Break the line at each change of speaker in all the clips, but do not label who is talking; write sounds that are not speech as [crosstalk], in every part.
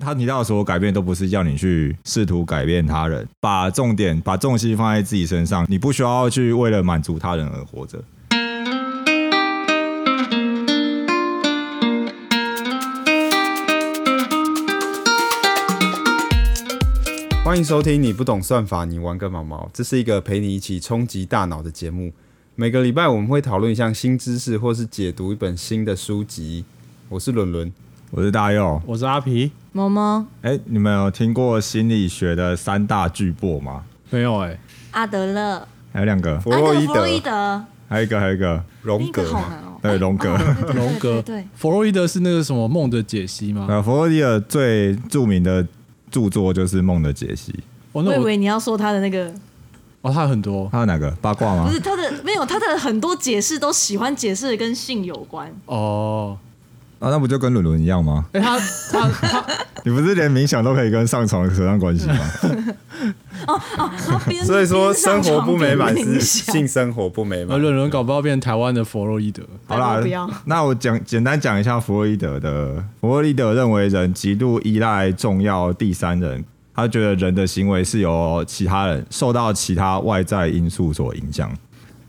他提到的所有改变都不是要你去试图改变他人，把重点、把重心放在自己身上，你不需要去为了满足他人而活着。
欢迎收听《你不懂算法，你玩个毛毛》，这是一个陪你一起冲击大脑的节目。每个礼拜我们会讨论一项新知识，或是解读一本新的书籍。我是伦伦，
我是大佑，
我是阿皮，
毛毛、
哎，你们有听过心理学的三大巨擘吗？
没有哎、
阿德勒、
还有两个，
弗洛哦伊
阿德弗洛伊
德、
德，
还有一个，还有一个，
荣
那
格
个好难
[laughs]
哦。
对，荣格。
荣格
[laughs] 对对，
弗洛伊德是那个什么梦的解析吗？
呃，弗洛伊德最著名的著作就是《梦的解析》，
哦，
对我
那
以
我
为你要说他的那个，
啊
哦，他有很多
还有哪个八卦吗
不？是他的，没有他的很多解释都喜欢解释的跟性有
[laughs]
关。
哦。
啊，那不就跟伦伦一样吗？
哎、他他他，
你不是连冥想都可以跟上床扯上关系吗？
他边
所以说，
边上
[laughs] 生活
床
不美满
边冥
是
想
性生活不美
呃
满。
伦伦搞不好变台湾的弗洛伊德。
好
拜
啦
托不要，
那我讲简单讲一下弗洛伊德的。弗洛伊德认为人极度依赖重要第三人，他觉得人的行为是由其他人受到其他外在因素所影响。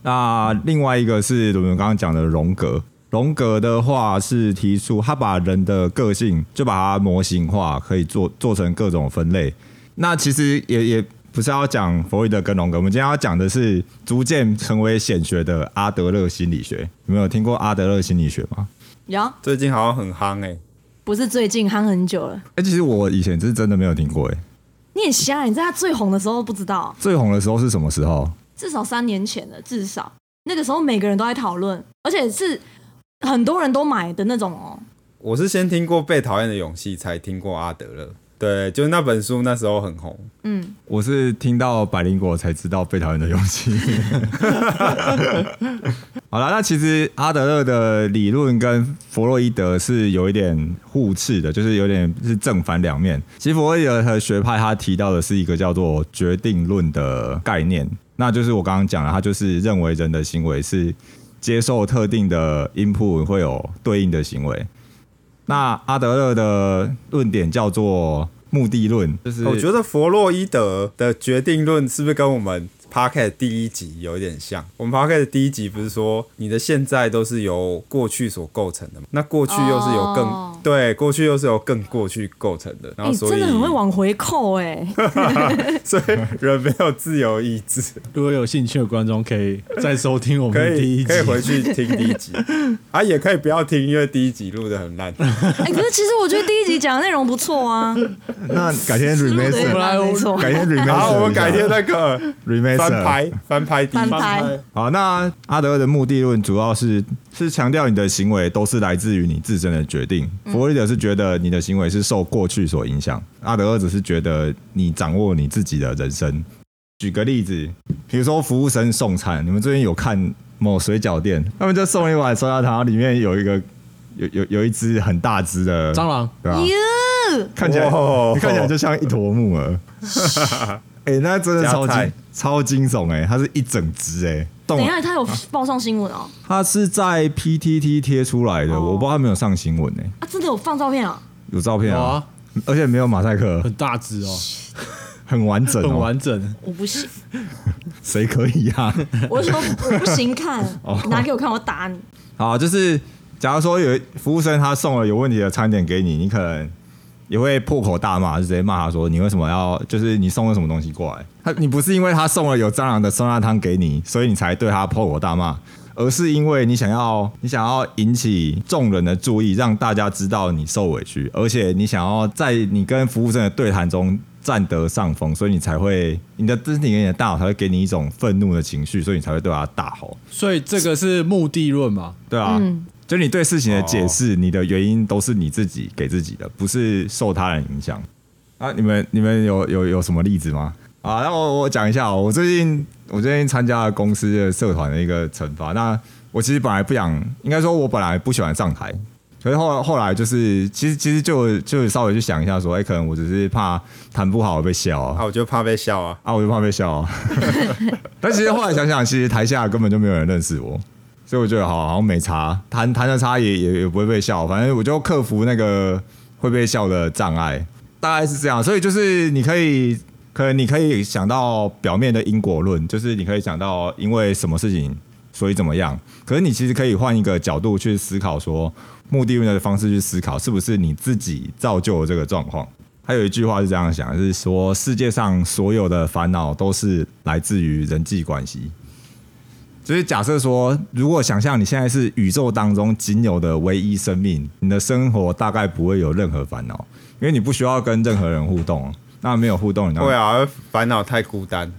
那另外一个是我们刚刚讲的荣格，荣格的话是提出他把人的个性就把它模型化，可以做做成各种分类。那其实也也不是要讲弗洛伊德跟荣格，我们今天要讲的是逐渐成为显学的阿德勒心理学。你们有听过阿德勒心理学吗？
有，
最近好像很夯哎、
不是最近夯很久了。
哎、其实我以前是真的没有听过、哎，
你很瞎，你在他最红的时候不知道，
最红的时候是什么时候？
至少三年前了，至少那个时候每个人都在讨论，而且是很多人都买的那种哦。
我是先听过《被讨厌的勇气》，才听过阿德勒。对，就是那本书那时候很红。
嗯，
我是听到百灵果才知道被讨厌的勇气。 [laughs] 好了，那其实阿德勒的理论跟弗洛伊德是有一点互斥的，就是有点是正反两面。其实弗洛伊德和学派他提到的是一个叫做决定论的概念，那就是我刚刚讲的，他就是认为人的行为是接受特定的 input 会有对应的行为。那阿德勒的论点叫做目的论，就是
我觉得弗洛伊德的决定论是不是跟我们 p o c a s t 第一集有一点像？我们 p o c a s t 第一集不是说你的现在都是由过去所构成的吗？那过去又是由更、
哦
对，过去又是由更过去构成的，然
哎、
后
你
啊所
真
以、
的很会往回扣哎、
[laughs] 所以人没有自由意
[laughs]
志，
如果有兴趣的观众可以再收听我
可
们第
以
一集
可以。回去听第一集，
[laughs]
啊，也可以不要听，因为第一集录的很烂。
哎、可是其实我觉得第一集讲的内容不
[laughs]
错啊，
那改天
思路的
remaster，
也蛮
我们来
没错。
改天 remaster，
好，我们改天那个
remaster
翻。拍翻拍第一
翻
集。
拍，
好，那阿德勒的目的论主要是是强调你的行为都是来自于你自身的决定。弗洛伊德是觉得你的行为是受过去所影响，阿德勒只是觉得你掌握你自己的人生。举个例子，比如说服务生送餐，你们最近有看某水饺店，他们就送一碗酸辣汤，里面有一个有有有一只很大只的
蟑，螂，
啊
对吧？
哟，
看起来、
哇
你看起来就像一坨木
[laughs]
耳。哎、那真的超
加菜
惊超惊悚哎、它是一整只哎、动
等
了
一下他有报上新闻哦，
它是在 PTT 贴出来的，我
哦
不知道它有没有上新闻哎、
啊，真的有放照片啊，
有照片
有
啊
啊，
而且没有马赛克，
很大只哦，
很完整
很
哦，
完整。
我不
[laughs]
行，
谁可以啊？
我就说我不行看，
哦
拿给我看，我打你。
好，就是假如说有服务生他送了有问题的餐点给你，你可能也会破口大骂，就直接骂他说你为什么要，就是你送了什么东西过来？他你不是因为他送了有蟑螂的酸辣汤给你，所以你才对他破口大骂，而是因为你想要你想要引起众人的注意，让大家知道你受委屈，而且你想要在你跟服务生的对谈中。占得上风，所以你才会你的身体跟你的大脑才会给你一种愤怒的情绪，所以你才会对他大吼。
所以这个是目的论嘛？
对啊，
嗯
就你对事情的解释，你的原因都是你自己给自己的，不是受他人影响。啊，你们你们有有有什么例子吗？啊，那我我讲一下哦，我最近我最近参加了公司的社团的一个惩罚。那我其实本来不想，应该说我本来不喜欢上台，可是后后来就是其实其实就就稍微去想一下说，哎、可能我只是怕弹不好被笑啊，
啊，我就怕被笑啊！
啊，我就怕被笑、啊。 [laughs] 但其实后来想想，其实台下根本就没有人认识我，所以我觉得好好像没差，弹弹的差也也也不会被笑，反正我就克服那个会被笑的障碍。大概是这样，所以就是你可以，可能你可以想到表面的因果论，就是你可以想到因为什么事情，所以怎么样。可是你其实可以换一个角度去思考说，目的论的方式去思考，是不是你自己造就了这个状况？还有一句话是这样想，是说世界上所有的烦恼都是来自于人际关系。就是假设说，如果想象你现在是宇宙当中仅有的唯一生命，你的生活大概不会有任何烦恼，因为你不需要跟任何人互动。啊那没有互动，你
会
啊？
啊，烦恼太孤单。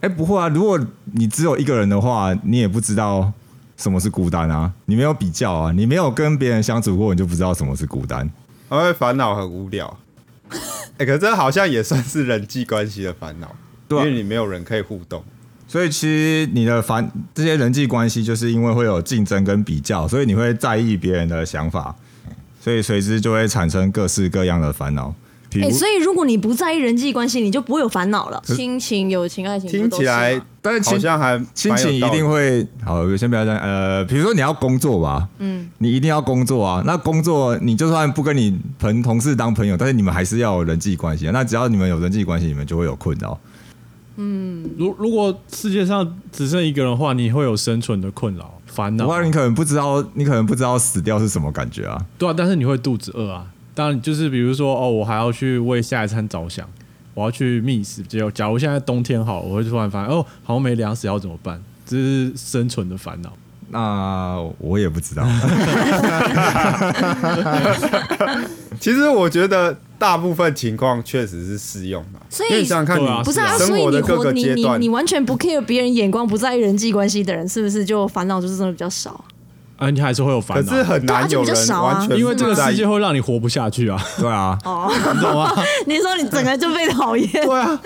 哎，不会啊！如果你只有一个人的话，你也不知道什么是孤单啊，你没有比较啊，你没有跟别人相处过，你就不知道什么是孤单。
因为烦恼很无聊。 [laughs] 哎、可是这好像也算是人际关系的烦恼，
对啊
因为你没有人可以互动。
所以其实你的烦这些人际关系，就是因为会有竞争跟比较，所以你会在意别人的想法，所以随之就会产生各式各样的烦恼。比如，
哎、所以如果你不在意人际关系，你就不会有烦恼了。
亲情、友情、爱情，
听起
啊
来
啊
但是
好
亲
像还
亲情一定
会
会好，先不要这样。呃，比如说你要工作吧，嗯，你一定要工作啊。那工作你就算不跟你朋同事当朋友，但是你们还是要有人际关系、啊。那只要你们有人际关系，你们就会有困扰。
如如果世界上只剩一个人的话，你会有生存的困扰、烦恼
不。然你可能不知道，你可能不知道死掉是什么感觉啊。
对啊，但是你会肚子饿啊。当然，就是比如说，哦，我还要去为下一餐着想，我要去觅食。结果，假如现在冬天好了，我会突然发现，哦，好像没粮食要怎么办？这是生存的烦恼。
那我也不知道， [laughs]
其实我觉得大部分情况确实是适用的。
所
因为
以
你想想看你，
对啊
不是啊，
生
所以
活
你
的各
活
个
你
阶
你
段
你，完全不 care 别人眼光，不在意人际关系的人，是不是就烦恼就是真的比较少？
啊，你还是会有烦
可是
恼，
很
对啊
难
就
有
比较
人
少啊
完全
因为这个
不在
世界
意
会让你活不下去啊，
对啊，
你懂吗？
[laughs] 你说你整个就被讨厌，
对啊，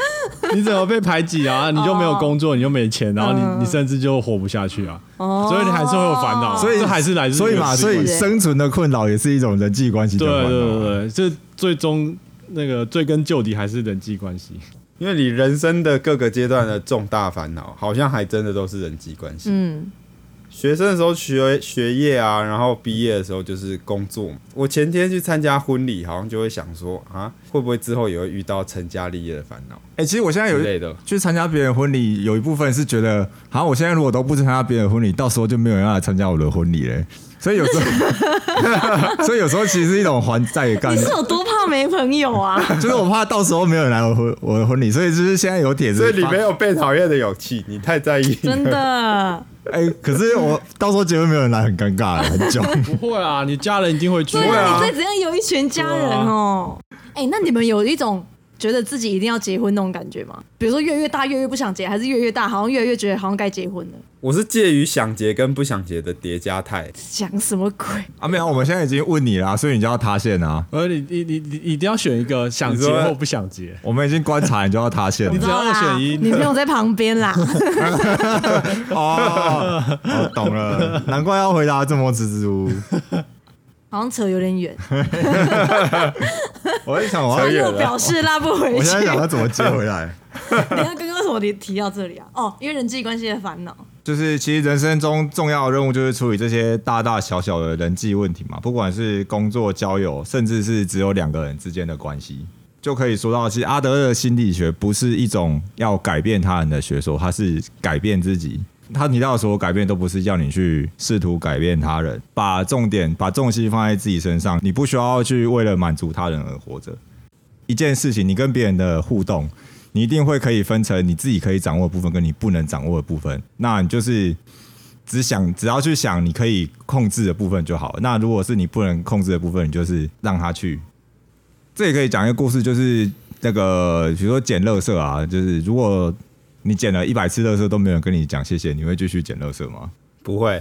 你怎么被排挤啊？你就没有工作，你就没钱，然后你你甚至就活不下去啊，所以你还是会有烦恼，
所以
这还是来自
所以嘛，
人际
所
关
以
系
生存的困扰也是一种人际关系的
对
烦恼啊。
对对对，这最终那个追根究底还是人际关系。
因为你人生的各个阶段的重大烦恼，好像还真的都是人际关系。 [laughs]
嗯，
学生的时候学学业啊，然后毕业的时候就是工作嘛。我前天去参加婚礼，好像就会想说啊，会不会之后也会遇到成家立业的烦恼
哎、其实我现在有
之类的？
去参加别人婚礼，有一部分是觉得，好，我现在如果都不参加别人婚礼，到时候就没有人要来参加我的婚礼嘞。所以有时候， [laughs] 所以有时候其实是一种还债的概
你
念
是，有多怕没朋友
[laughs]
啊？
就是我怕到时候没有人来我婚我的婚礼，所以就是现在有帖子
所
发，
以你没有被讨厌的勇气，你太在意。
[laughs] 真的，
哎、可是我到时候结婚没有人来，很尴尬，很囧。
不会啊，你家人一定会去
对
啊
啊，你再怎样有一群家人哦。哎、那你们有一种觉得自己一定要结婚那种感觉吗？比如说越来越大越越不想结，还是越来越大好像越来越觉得好像该结婚了？
我是介于想结跟不想结的叠加态。
讲什么鬼？
[laughs] 啊，没有，我们现在已经问你啦、所以你就要塌陷啊。
而你你你你一定要选一个想
你
结
说
或不想结，
我们已经观察，你就要塌陷
你
了。
只要二选一
好啦女朋友在旁边啦。
哦，我懂了，难怪要回答这么支支吾吾。
好像扯有点远，
我在想，我
扯
要
远
又
了
表示拉不回
我
去
现。在想要怎么接回来。
[laughs] 你要刚刚为什么提提到这里啊？哦，因为人际关系的烦恼。
就是其实人生中重要的任务就是处理这些大大小小的人际问题嘛，不管是工作、交友，甚至是只有两个人之间的关系，就可以说到，其实阿德勒的心理学不是一种要改变他人的学说，它是改变自己。他提到的所有改变都不是要你去试图改变他人，把重点、把重心放在自己身上，你不需要去为了满足他人而活着。一件事情，你跟别人的互动，你一定会可以分成你自己可以掌握的部分跟你不能掌握的部分。那你就是只想只要去想你可以控制的部分就好。那如果是你不能控制的部分，你就是让它去。这也可以讲一个故事，就是那个比如说捡垃圾啊，就是如果你捡了一百次垃圾都没有人跟你讲谢谢，你会继续捡垃圾吗？
不会，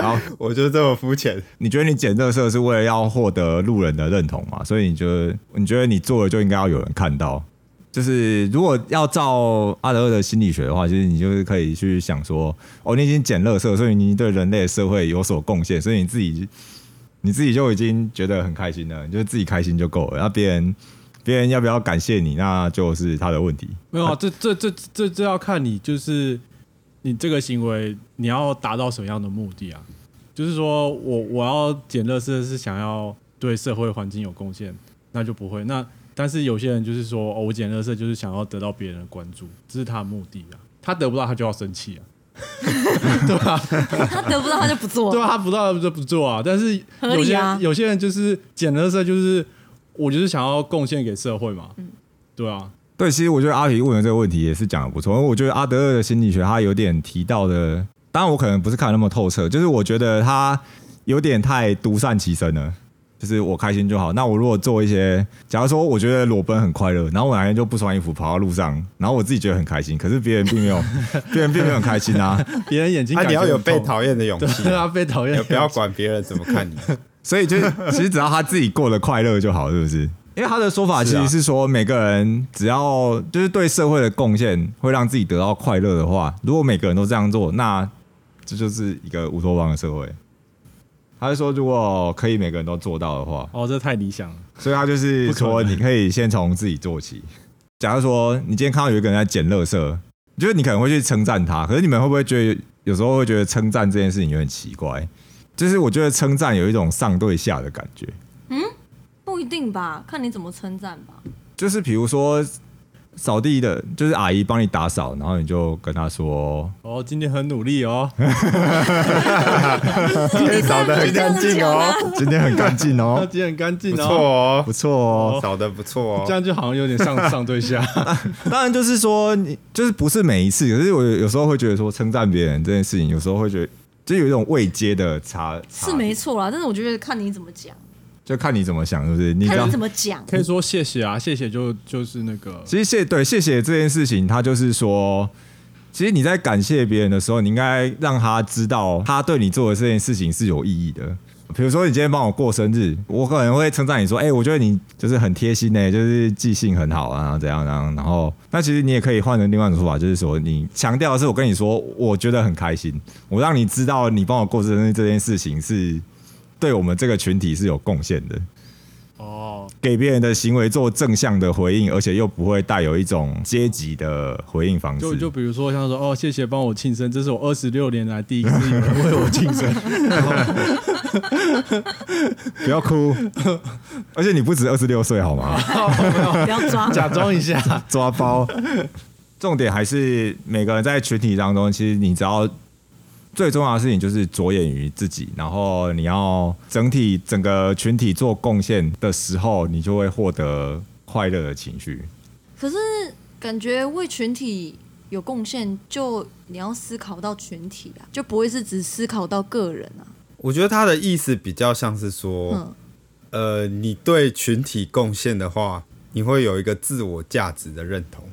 好，我就这么肤浅。
你觉得你捡垃圾是为了要获得路人的认同嘛？所以你觉得你觉得你做了就应该要有人看到。就是如果要照阿德勒的心理学的话，其实你就是可以去想说，哦，你已经捡垃圾，所以你对人类社会有所贡献，所以你自己你自己就已经觉得很开心了，你就自己开心就够了。那别人别人要不要感谢你，那就是他的问题。
没有啊，这这这这这要看你就是你这个行为你要达到什么样的目的啊？就是说我我要捡垃圾是想要对社会环境有贡献，那就不会。那但是有些人就是说，哦，我捡垃圾就是想要得到别人的关注，这是他的目的啊。他得不到，他就要生气啊，对吧、
他得不到他就不做
对，啊，他不到就不做啊。但是
合
有
理
些、
啊
有些人就是捡垃圾，就是我就是想要贡献给社会嘛，
嗯
对啊，
对，其实我觉得阿皮问的这个问题也是讲的不错，因为我觉得阿德勒的心理学他有点提到的，当然我可能不是看得那么透彻，就是我觉得他有点太独善其身了。就是我开心就好。那我如果做一些，假如说我觉得裸奔很快乐，然后我哪天就不穿衣服跑到路上，然后我自己觉得很开心，可是别人并没有，别人并没有很开心啊。
别人眼睛
啊，
感
你
觉
要有
很痛
被讨厌的勇气
[laughs] 对
啊， [laughs]
啊，被讨厌
也不要管别人怎么看你。
所
[laughs]
以就是，其实只要他自己过得快乐就好，是不是？因为他的说法其
是啊
实是说，每个人只要就是对社会的贡献会让自己得到快乐的话，如果每个人都这样做，那这就是一个乌托邦的社会。他是说，如果可以每个人都做到的话，
哦，这太理想了。
所以他就是
不可能
说，你可以先从自己做起。假如说你今天看到有一个人在捡垃圾，你觉得你可能会去称赞他，可是你们会不会觉得有时候会觉得称赞这件事情有点奇怪？就是我觉得称赞有一种上对下的感觉。
不一定吧，看你怎么称赞吧。
就是比如说扫地的，就是阿姨帮你打扫，然后你就跟她说，
哦，今天很努力哦，
今天扫得很
[laughs]
干净
啊
哦，
今天很干净哦，
[laughs] 今天很干净
不错
哦，
[laughs]
哦，
不错哦。
扫得不错
这
哦。
样就好像有
[laughs]
点上上对下。
当然就是说，你就是不是每一次，可是我有有时候会觉得说称赞别人这件事情，有时候会觉得就有一种未接的差，差
是没错啦，但是我觉得看你怎么讲，
就看你怎么想，是不是？你
看
刚
你怎么讲。
可以说谢谢啊，谢谢就就是那个，
其实谢对谢谢这件事情，他就是说。其实你在感谢别人的时候，你应该让他知道他对你做的这件事情是有意义的。比如说，你今天帮我过生日，我可能会称赞你说：“哎、我觉得你就是很贴心呢、欸就是记性很好啊，怎样怎样。”然后，那其实你也可以换成另外一种说法，就是说你强调的是我跟你说，我觉得很开心，我让你知道你帮我过生日这件事情是对我们这个群体是有贡献的。
哦，
给别人的行为做正向的回应，而且又不会带有一种阶级的回应方
就
式。
就比如说像说哦，谢谢帮我庆生，这是我二十六年来第一次有
[laughs]
人为我庆生，
不要哭， [laughs] 而且你不止二十六岁好
[laughs]
吗？
不要抓，
假装一下，
抓包。重点还是每个人在群体当中，其实你只要最重要的事情就是着眼于自己，然后你要整体整个群体做贡献的时候，你就会获得快乐的情绪。
可是感觉为群体有贡献，就你要思考到群体啊，就不会是只思考到个人啊。
我觉得他的意思比较像是说
嗯，
呃，你对群体贡献的话，你会有一个自我价值的认同，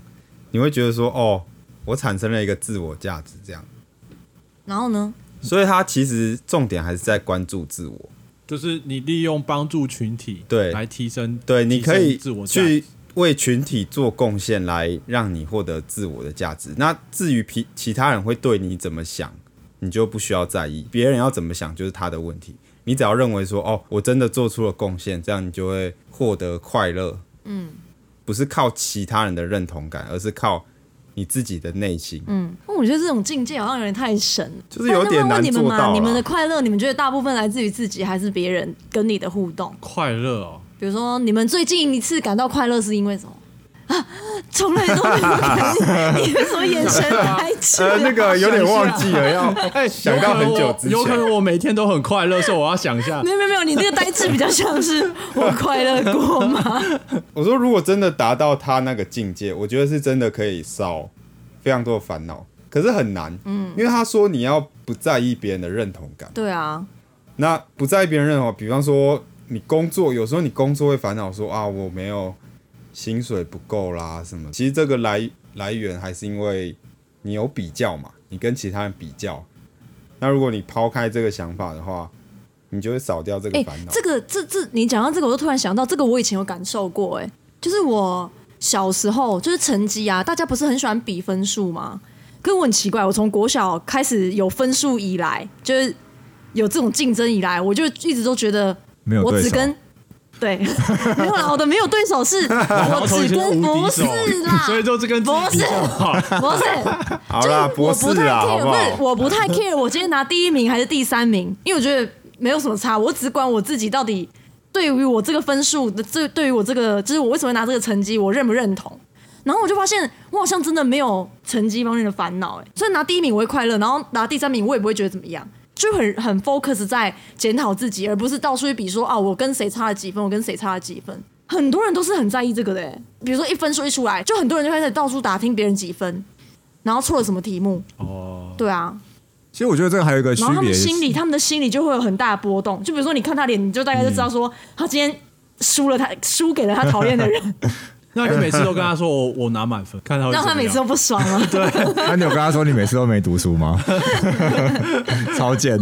你会觉得说，哦，我产生了一个自我价值这样。
然后呢？
所以他其实重点还是在关注自我，
[laughs] 就是你利用帮助群体
对
来提升，
对，你
提升
可以
自我价值
去为群体做贡献，来让你获得自我的价值。那至于其其他人会对你怎么想，你就不需要在意，别人要怎么想就是他的问题。你只要认为说，哦，我真的做出了贡献，这样你就会获得快乐。嗯，不是靠其他人的认同感，而是靠你自己的内心。
嗯，我觉得这种境界好像有点太神了，
就是有点难
但是问你们
做到
嘛，
啦
你们的快乐，你们觉得大部分来自于自己还是别人跟你的互动？
快乐哦，
比如说，你们最近一次感到快乐是因为什么？啊，从来都没有感觉，你为什么眼神呆滞？啊
呃，那个有点忘记了， [laughs] 要
哎，
想到很久之前
有可能我有可能我每天都很快乐，所以我要想一
[laughs]
下
没。有没有没有，你这个呆滞比较像是我快乐过吗？
我说，如果真的达到他那个境界，我觉得是真的可以少非常多的烦恼，可是很难，嗯，因为他说你要不在意别人的认同感，
对啊，
那不在意别人认同，比方说你工作，有时候你工作会烦恼说啊，我没有薪水不够啦什么，其实这个来来源还是因为你有比较嘛，你跟其他人比较，那如果你抛开这个想法的话，你就会少掉这个
哎、
烦恼，
这个这这，你讲到这个，我就突然想到，这个我以前有感受过、哎，就是我小时候就是成绩啊，大家不是很喜欢比分数吗？可是我很奇怪，我从国小开始有分数以来，就是有这种竞争以来，我就一直都觉得
没有
我
对
只
手，
跟对没有啦，我的没有对手是，我
头已
只
经
跟
无
不
敌
是
手 [laughs]
啦，
所以就这跟自己
不
比
是
较好，
不是，
好啦，博
哎我不
士啊
太
啦，好
care，
不好？
是我
[laughs]
不太 care 我今天拿第一名还是第三名，因为我觉得没有什么差，我只管我自己到底对于我这个分数的这对于我这个就是我为什么拿这个成绩，我认不认同？然后我就发现我好像真的没有成绩方面的烦恼，哎，所以拿第一名我会快乐，然后拿第三名我也不会觉得怎么样，就很很 focus 在检讨自己，而不是到处去比说啊我跟谁差了几分，我跟谁差了几分。很多人都是很在意这个的，哎比如说一分数一出来，就很多人就开始到处打听别人几分，然后错了什么题目，
哦，
对啊，
其实我觉得这个还有一个区
然后他
别
们
是，
心里，他们的心里就会有很大的波动。就比如说，你看他脸，你就大概就知
嗯
道说，他今天输了他，输给了他讨厌
[laughs]
的人，
那你每次都跟他说 [laughs] 我我拿满分，看他会
让他
怎么
每
样
次都不爽
[laughs]
了。对，
那、你有跟他说你每次都没读书吗？ [laughs] 超贱！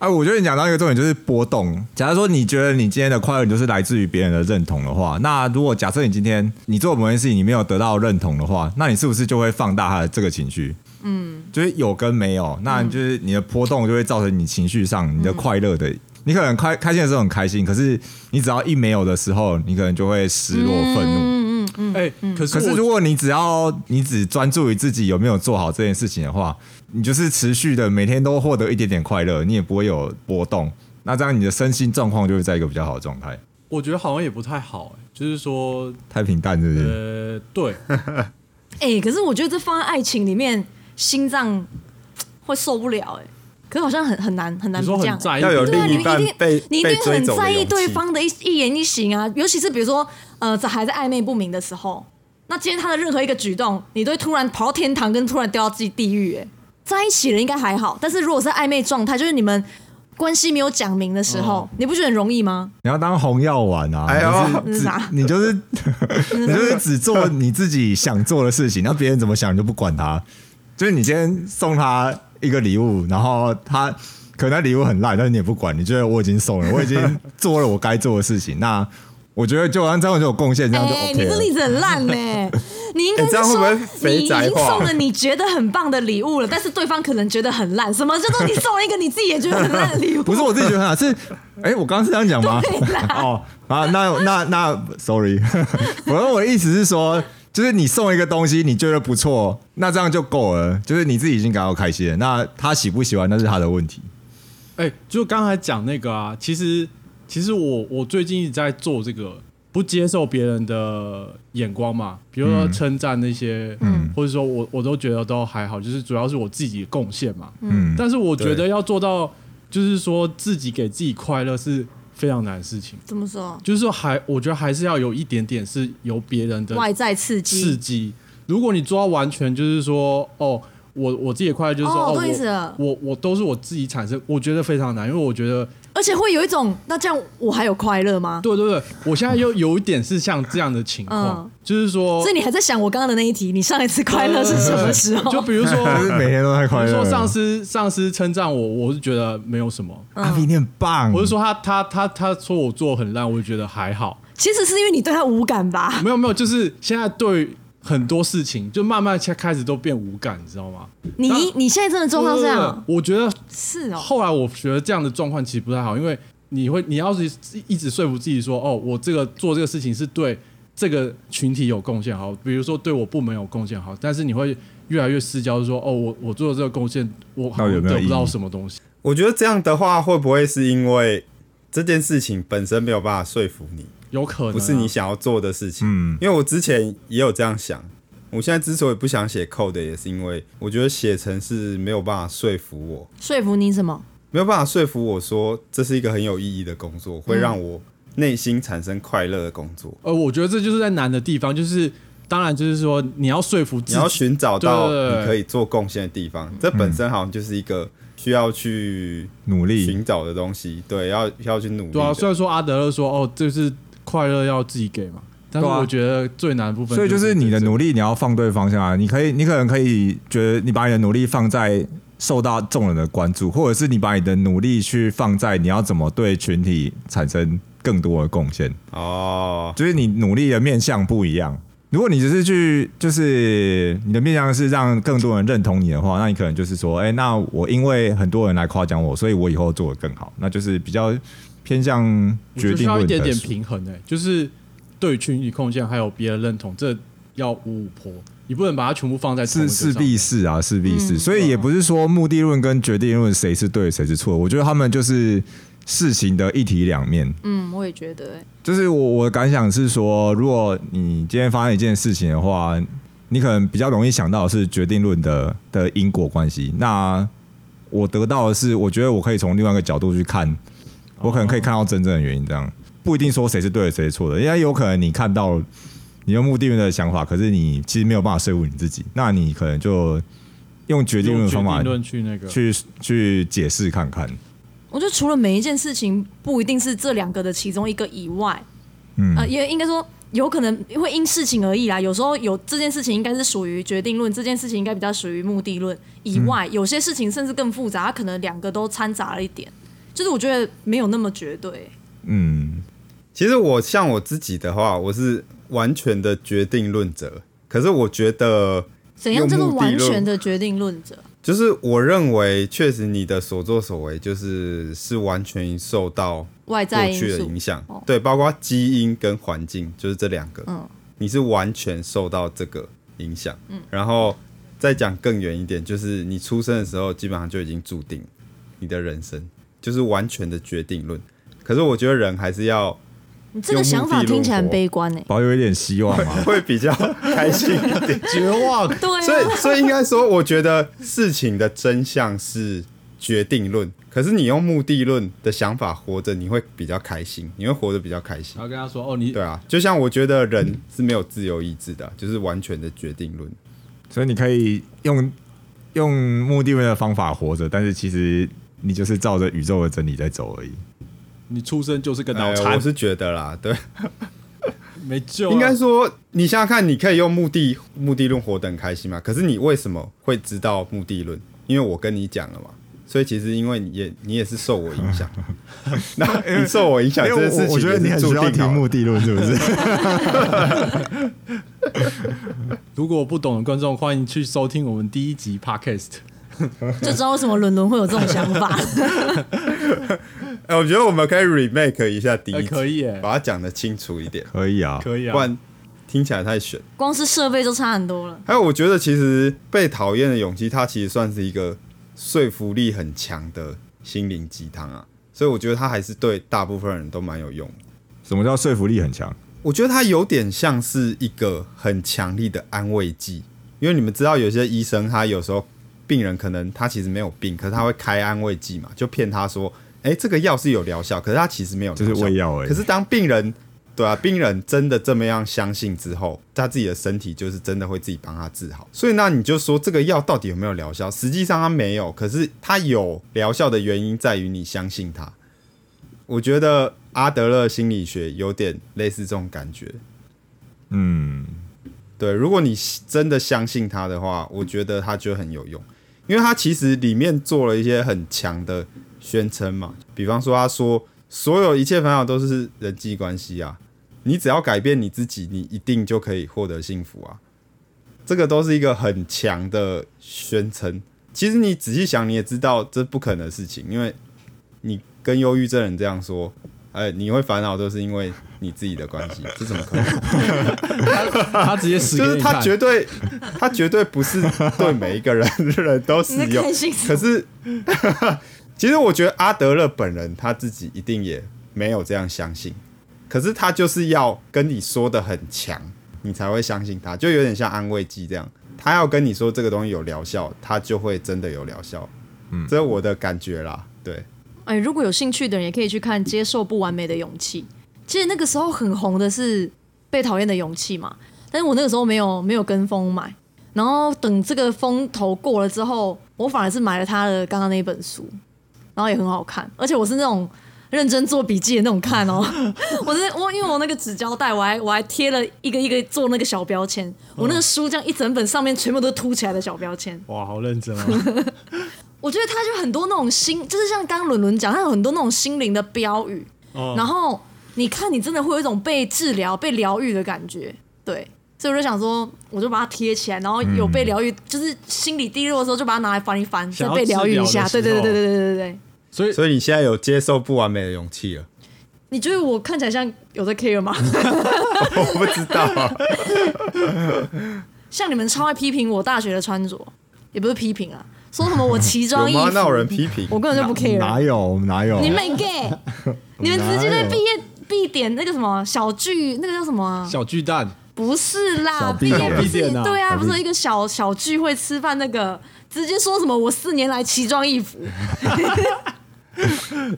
哎、我觉得你讲到一个重点，就是波动。假如说你觉得你今天的快乐，你就是来自于别人的认同的话，那如果假设你今天你做某件事情，你没有得到认同的话，那你是不是就会放大他的这个情绪？嗯，就是有跟没有，那就是你的波动就会造成你情绪上你的快乐的。你可能开开心的时候很开心，可是你只要一没有的时候，你可能就会失落、愤怒。
嗯嗯嗯，
哎，可是
可是
我
如果你只要你只专注于自己有没有做好这件事情的话，你就是持续的每天都获得一点点快乐，你也不会有波动。那这样你的身心状况就会在一个比较好的状态，
我觉得好像也不太好，哎就是说
太平淡，是不是？
呃，对，
哎、可是我觉得这放在爱情里面，心脏会受不了哎、可是好像很很难很难
你说
不这样
很。在意
要有
对啊，
另
你
一
们
半
一定
被
你一
被
定
追
很
走的
在意
勇
对
气
方的一一言一行啊，尤其是比如说呃，这还在暧昧不明的时候，那今天他的任何一个举动，你都会突然跑到天堂，跟突然掉到自己地狱、哎，在一起了应该还好，但是如果是暧昧状态，就是你们关系没有讲明的时候，
哦
你不觉得很容易吗？
你要当红药丸啊！
哎呦
你
那
就是是
啥
只你就是
[laughs]
你就是只做你自己想做的事情，那别人怎么想你就不管他。就是你今天送他一个礼物，然后他可能那礼物很烂，但是你也不管，你觉得我已经送了，我已经做了我该做的事情。那我觉得就像这样就有贡献，这样就
哎你
OK
这
了。
例子很烂
[laughs]
呢、你应该
哎
是
这样会不
说、
会
你
肥
已
宅
经
化
送了你觉得很棒的礼物了，但是对方可能觉得很烂。什么叫做你送了一个你自己也觉得很烂的
[laughs]
礼物？
不是我自己觉得很好，是哎、我刚刚是这样讲吗？ [laughs] 哦，啊，那那那，sorry，我 [laughs] 我的意思是说，就是你送一个东西，你觉得不错，那这样就够了，就是你自己已经感到开心了。那他喜不喜欢那是他的问题。
哎、就刚才讲那个啊，其实其实我我最近一直在做这个，不接受别人的眼光嘛，比如说称赞那些，嗯，或者说我我都觉得都还好，就是主要是我自己的贡献嘛。
嗯，
但是我觉得要做到，就是说自己给自己快乐是非常难的事情，
怎么说？
就是说还我觉得还是要有一点点是由别人的
外在刺激，
刺激。如果你做到完全就是说，哦，我我自己的快乐就是说，
哦
哦，
我懂意思了
我我我都是我自己产生，我觉得非常难，因为我觉得，
而且会有一种，那这样我还有快乐吗？
对对对，我现在又有一点是像这样的情况，
嗯
就是说
所以，你还在想我刚刚的那一题，你上一次快乐是什么时候？
就比
[laughs]
如说，
就是每天都太
比
快
如
乐
说
了。
上司上司称赞我，我是觉得没有什么。
阿比你很棒，
我是说他他他他说我做得很烂，我就觉得还好，
其实是因为你对他无感吧？
没有没有，就是现在对很多事情就慢慢开开始都变无感，你知道吗？
你
当
你现在真的做到这样，
对，我觉得
是哦。
后来我觉得这样的状况其实不太好，因为你会，你要是一直说服自己说，哦，我这个做这个事情是对这个群体有贡献好，比如说对我部门有贡献好，但是你会越来越失焦，说，哦，我我做的这个贡献，我好
到底有
像
没有
得不到
意义
什么东西。
我觉得这样的话，会不会是因为这件事情本身没有办法说服你，
有可能、啊
不是你，想要做的事情？
嗯
因为我之前也有这样想。我现在之所以不想写 code，也是因为我觉得写程式没有办法说服我，
说服你什么？
没有办法说服我说这是一个很有意义的工作，会让我内心产生快乐的工作。
呃，我觉得这就是在难的地方，就是当然就是说你要说服
你
自
要
己，
寻找到
对对对
你可以做贡献的地方，这本身好像就是一个需要去
努力，
寻找的东西，对，要要去努力的。
对啊，虽然说阿德勒说，哦，就是快乐要自己给嘛，但是
对啊
我觉得最难的部分，
所以就是你的
力。
努力你要放对方向啊。你可以，你可能可以觉得你把你的努力放在受到众人的关注，或者是你把你的努力去放在你要怎么对群体产生更多的贡献。
啊
哦，
就是你努力的面向不一样。如果你只是去，就是你的面向是让更多人认同你的话，那你可能就是说，哎、那我因为很多人来夸奖我，所以我以后做得更好，那就是比较偏向
我觉
决
得需
定
要一
论的
点点
思
平衡诶、欸就是对群体贡献还有别人认同，这要五五坡，你不能把它全部放在同
是
一个
是
上
必是啊，是必是，
嗯
所以也不是说目的论跟决定论谁是对谁是错，我觉得他们就是事情的一体两面。
嗯，我也觉得、欸，
就是我我的感想是说，如果你今天发生一件事情的话，你可能比较容易想到的是决定论的的因果关系。那我得到的是，我觉得我可以从另外一个角度去看，我可能可以看到真正的原因，这样不一定说谁是对的谁是错的，因为有可能你看到你用目的论的想法，可是你其实没有办法说服你自己，那你可能就用决定论
用
的
决
方法
定论去那个，
去去解释看看。
我觉得除了每一件事情不一定是这两个的其中一个以外，
嗯，
呃，也应该说有可能会因事情而异啦。有时候有这件事情应该是属于决定论，这件事情应该比较属于目的论以外，有些事情甚至更复杂，它可能两个都掺杂了一点。就是我觉得没有那么绝对，
嗯，
其实我像我自己的话，我是完全的决定论者。可是我觉得，
怎样叫做
用目的
完
论
全的决定论者？
就是我认为，确实你的所作所为就是是完全受到
外在
过
因
去的
素
影响
哦，
对，包括基因跟环境，就是这两个，
嗯
你是完全受到这个影响，然后再讲更远一点，就是你出生的时候基本上就已经注定你的人生，就是完全的决定论。可是我觉得人还是要
你这个想法听起来很悲观呢、欸
保有一点希望嘛。
会比较 [laughs] 开心一点，
绝望。
对
[laughs] 所
啊，
[laughs]
以所以应该说，我觉得事情的真相是决定论，可是你用目的论的想法活着，你会比较开心，你会活得比较开心
然。后跟他说：“哦，你
对啊，就像我觉得人是没有自由意志的，就是完全的决定论。
所以你可以用用目的论的方法活着，但是其实你就是照着宇宙的真理在走而已。
你出生就是个脑
哎
残
啊
我，是觉得啦，对，
没救啊。”
应该说你想想看，你可以用目的目的论活得很开心嘛？可是你为什么会知道目的论？因为我跟你讲了嘛。所以其实因为你也你也是受我
[laughs]
影响，那你受我影响这件事情
我我觉得
也是
你很
注
需要
定
听
好的
目的论，是不是？
如果不懂的观众，欢迎去收听我们第一集 podcast。哎
就知道为什么伦伦会有这种想法。 [laughs]
哎、我觉得我们可以 remake 一下第一集，
哎可以耶
把它讲的清楚一点，
可以啊，
可以啊，
不然听起来太悬。
光是设备就差很多了。
还有，我觉得其实被讨厌的勇气，它其实算是一个说服力很强的心灵鸡汤啊，所以我觉得它还是对大部分人都蛮有用的。
什么叫说服力很强？
我觉得它有点像是一个很强力的安慰剂，因为你们知道有些医生他有时候病人可能他其实没有病，可是他会开安慰剂嘛，就骗他说，哎、这个药是有疗效，可是他其实没有疗效，
就是喂药而已
可是当病人对啊，病人真的这么样相信之后，他自己的身体就是真的会自己帮他治好。所以那你就说这个药到底有没有疗效？实际上它没有，可是它有疗效的原因在于你相信它。我觉得阿德勒心理学有点类似这种感觉。
嗯，
对，如果你真的相信他的话，我觉得他就很有用，因为他其实里面做了一些很强的宣称嘛，比方说他说所有一切烦恼都是人际关系啊，你只要改变你自己，你一定就可以获得幸福啊，这个都是一个很强的宣称。其实你仔细想，你也知道这不可能的事情，因为你跟忧郁症人这样说，哎、你会烦恼都是因为你自己的关 [laughs] 系，这怎么可能？[laughs]
他直接死给
就
你
是他
看。
绝对，他绝对不是对每一个人人都 [laughs] 适
你在
用
开心什。么
可是，其实我觉得阿德勒本人他自己一定也没有这样相信，可是他就是要跟你说的很强，你才会相信他，就有点像安慰剂这样。他要跟你说这个东西有疗效，他就会真的有疗效。嗯，这是我的感觉啦。对，
哎，如果有兴趣的人也可以去看《接受不完美的勇气》。其实那个时候很红的是《被讨厌的勇气》嘛，但是我那个时候没有没有跟风买，然后等这个风头过了之后，我反而是买了他的刚刚那一本书，然后也很好看，而且我是那种认真做笔记的那种看哦。我是我因为我那个纸胶带，我还我还贴了一个一个做那个小标签，我那个书这样一整本上面全部都是凸起来的小标签。
哇，好认真啊！
我觉得他就很多那种心，就是像刚刚伦伦讲，他有很多那种心灵的标语，
哦
然后你看，你真的会有一种被治疗、被疗愈的感觉，对。所以我就想说，我就把它贴起来，然后有被疗愈，就是心理低落的时候，就把它拿来翻一翻，再
想要
被疗愈一下。
治
对
疗的时候
对对对对对对对。
所以
所以你现在有接受不完美的勇气了？
你觉得我看起来像有在 care
[laughs]
吗？
[laughs] 我不知道啊、
像你们超爱批评我大学的穿着，也不是批评啊，说什么我奇装异
[laughs]
有吗？那有
服，
人批评
我根本就不 care。
哪有我们哪有？
你们 gay，你们直接在毕业必点那个什么小剧，那个叫什么啊？
小巨蛋，
不是啦
小，
毕业不
小毕
是
点啊
对啊，
小
不
毕
是一个小小聚会吃饭那个，直接说什么我四年来奇装异服，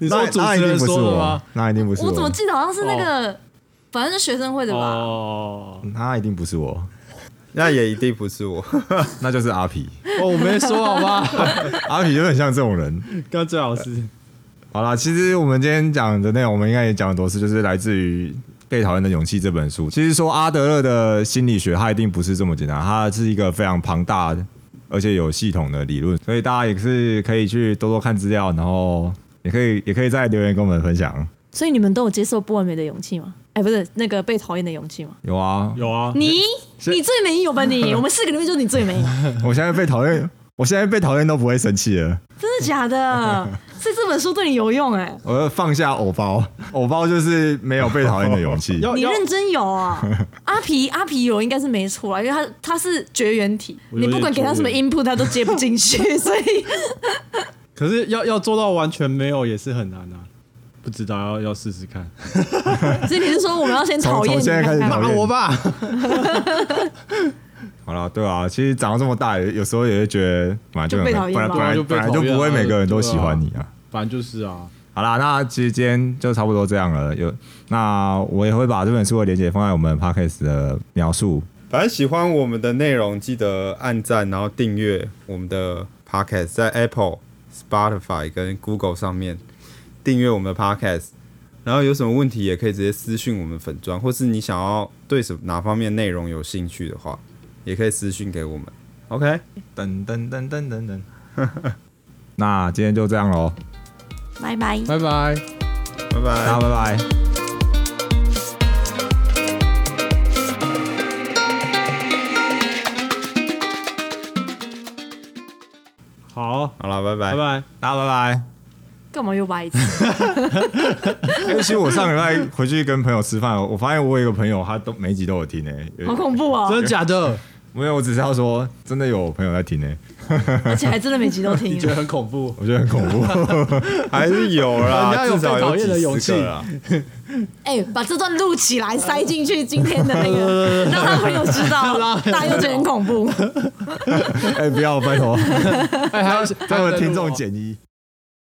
你
那
说主持人说的吗？？
那一定不是我，
我怎么记得好像是那个，反正是学生会的吧？
哦，
那一定不是我，
那也一定不是我。 [laughs]
那就是阿皮。
哦，我没说好吧？ [laughs]
阿皮就很像这种人。
刚最好是
好啦，其实我们今天讲的内容，我们应该也讲很多次，就是来自于《被讨厌的勇气》这本书。其实说阿德勒的心理学，它一定不是这么简单，它是一个非常庞大而且有系统的理论，所以大家也是可以去多多看资料，然后也可以也可以在留言跟我们分享。
所以你们都有接受不完美的勇气吗？哎，不是那个被讨厌的勇气吗？
有啊，
有啊，
你你最没有吧你？我们四个里面就你最没有，
我现在被讨厌，我现在被讨厌都不会生气了。
真的假的？所以这本书对你有用哎、
我要放下偶包， [laughs] 偶包就是没有被讨厌的勇气。
要
你
要
认真有啊？阿皮阿皮有应该是没错啊，因为他他是绝缘体，
我有
你
点
不管给他什么
绝缘
input，他都接不进去，所以
可是要要做到完全没有也是很难啊，不知道要要试试看，
所以你是说我们要先
从
讨
从
厌你
现在开
看
始
看
讨
打
厌
啊我吧。
好了，对啊，其实长到这么大，有时候也会觉得本来就很
就被讨厌
本来本来
对啊
了
就被
本来
讨
就
厌
不会
了
每个人都
对啊
喜欢你啊。
反正就是啊，
好啦，那其实今天就差不多这样了。有那我也会把这本书的连接放在我们 podcast 的描述。
反正喜欢我们的内容，记得按赞，然后订阅我们的 Podcast，在 Apple、Spotify 跟 Google 上面订阅我们的 Podcast。然后有什么问题也可以直接私讯我们粉砖，或是你想要对什么哪方面内容有兴趣的话，也可以私讯给我们。OK，
噔噔噔噔噔噔。
[laughs]
那今天就这样喽，
拜拜。
拜拜。
拜拜
哎
大。家拜拜。
好，
好了，拜拜
拜。拜。
大家拜拜。
干嘛又歪一次？
哎、其实我上礼拜回去跟朋友吃饭，我发现我有一个朋友，他都每一集都有听诶、有
好恐怖啊、
真的假 [laughs] 的？
没有，我只是要说，真的有朋友在听诶、
而且还真的每集都
[laughs]
听
你。觉得很恐怖？
我觉得很恐
[laughs]
怖。
还是有
人家
啦，
有
至少
被讨厌的
有
勇
几
气
十个啦。
哎、把这段录起来，塞进去今天的那个，让他朋友知道，大家又觉得很恐怖。
哎、不要，拜托，
[laughs] 哎，还有
他
他哦
们听众减一。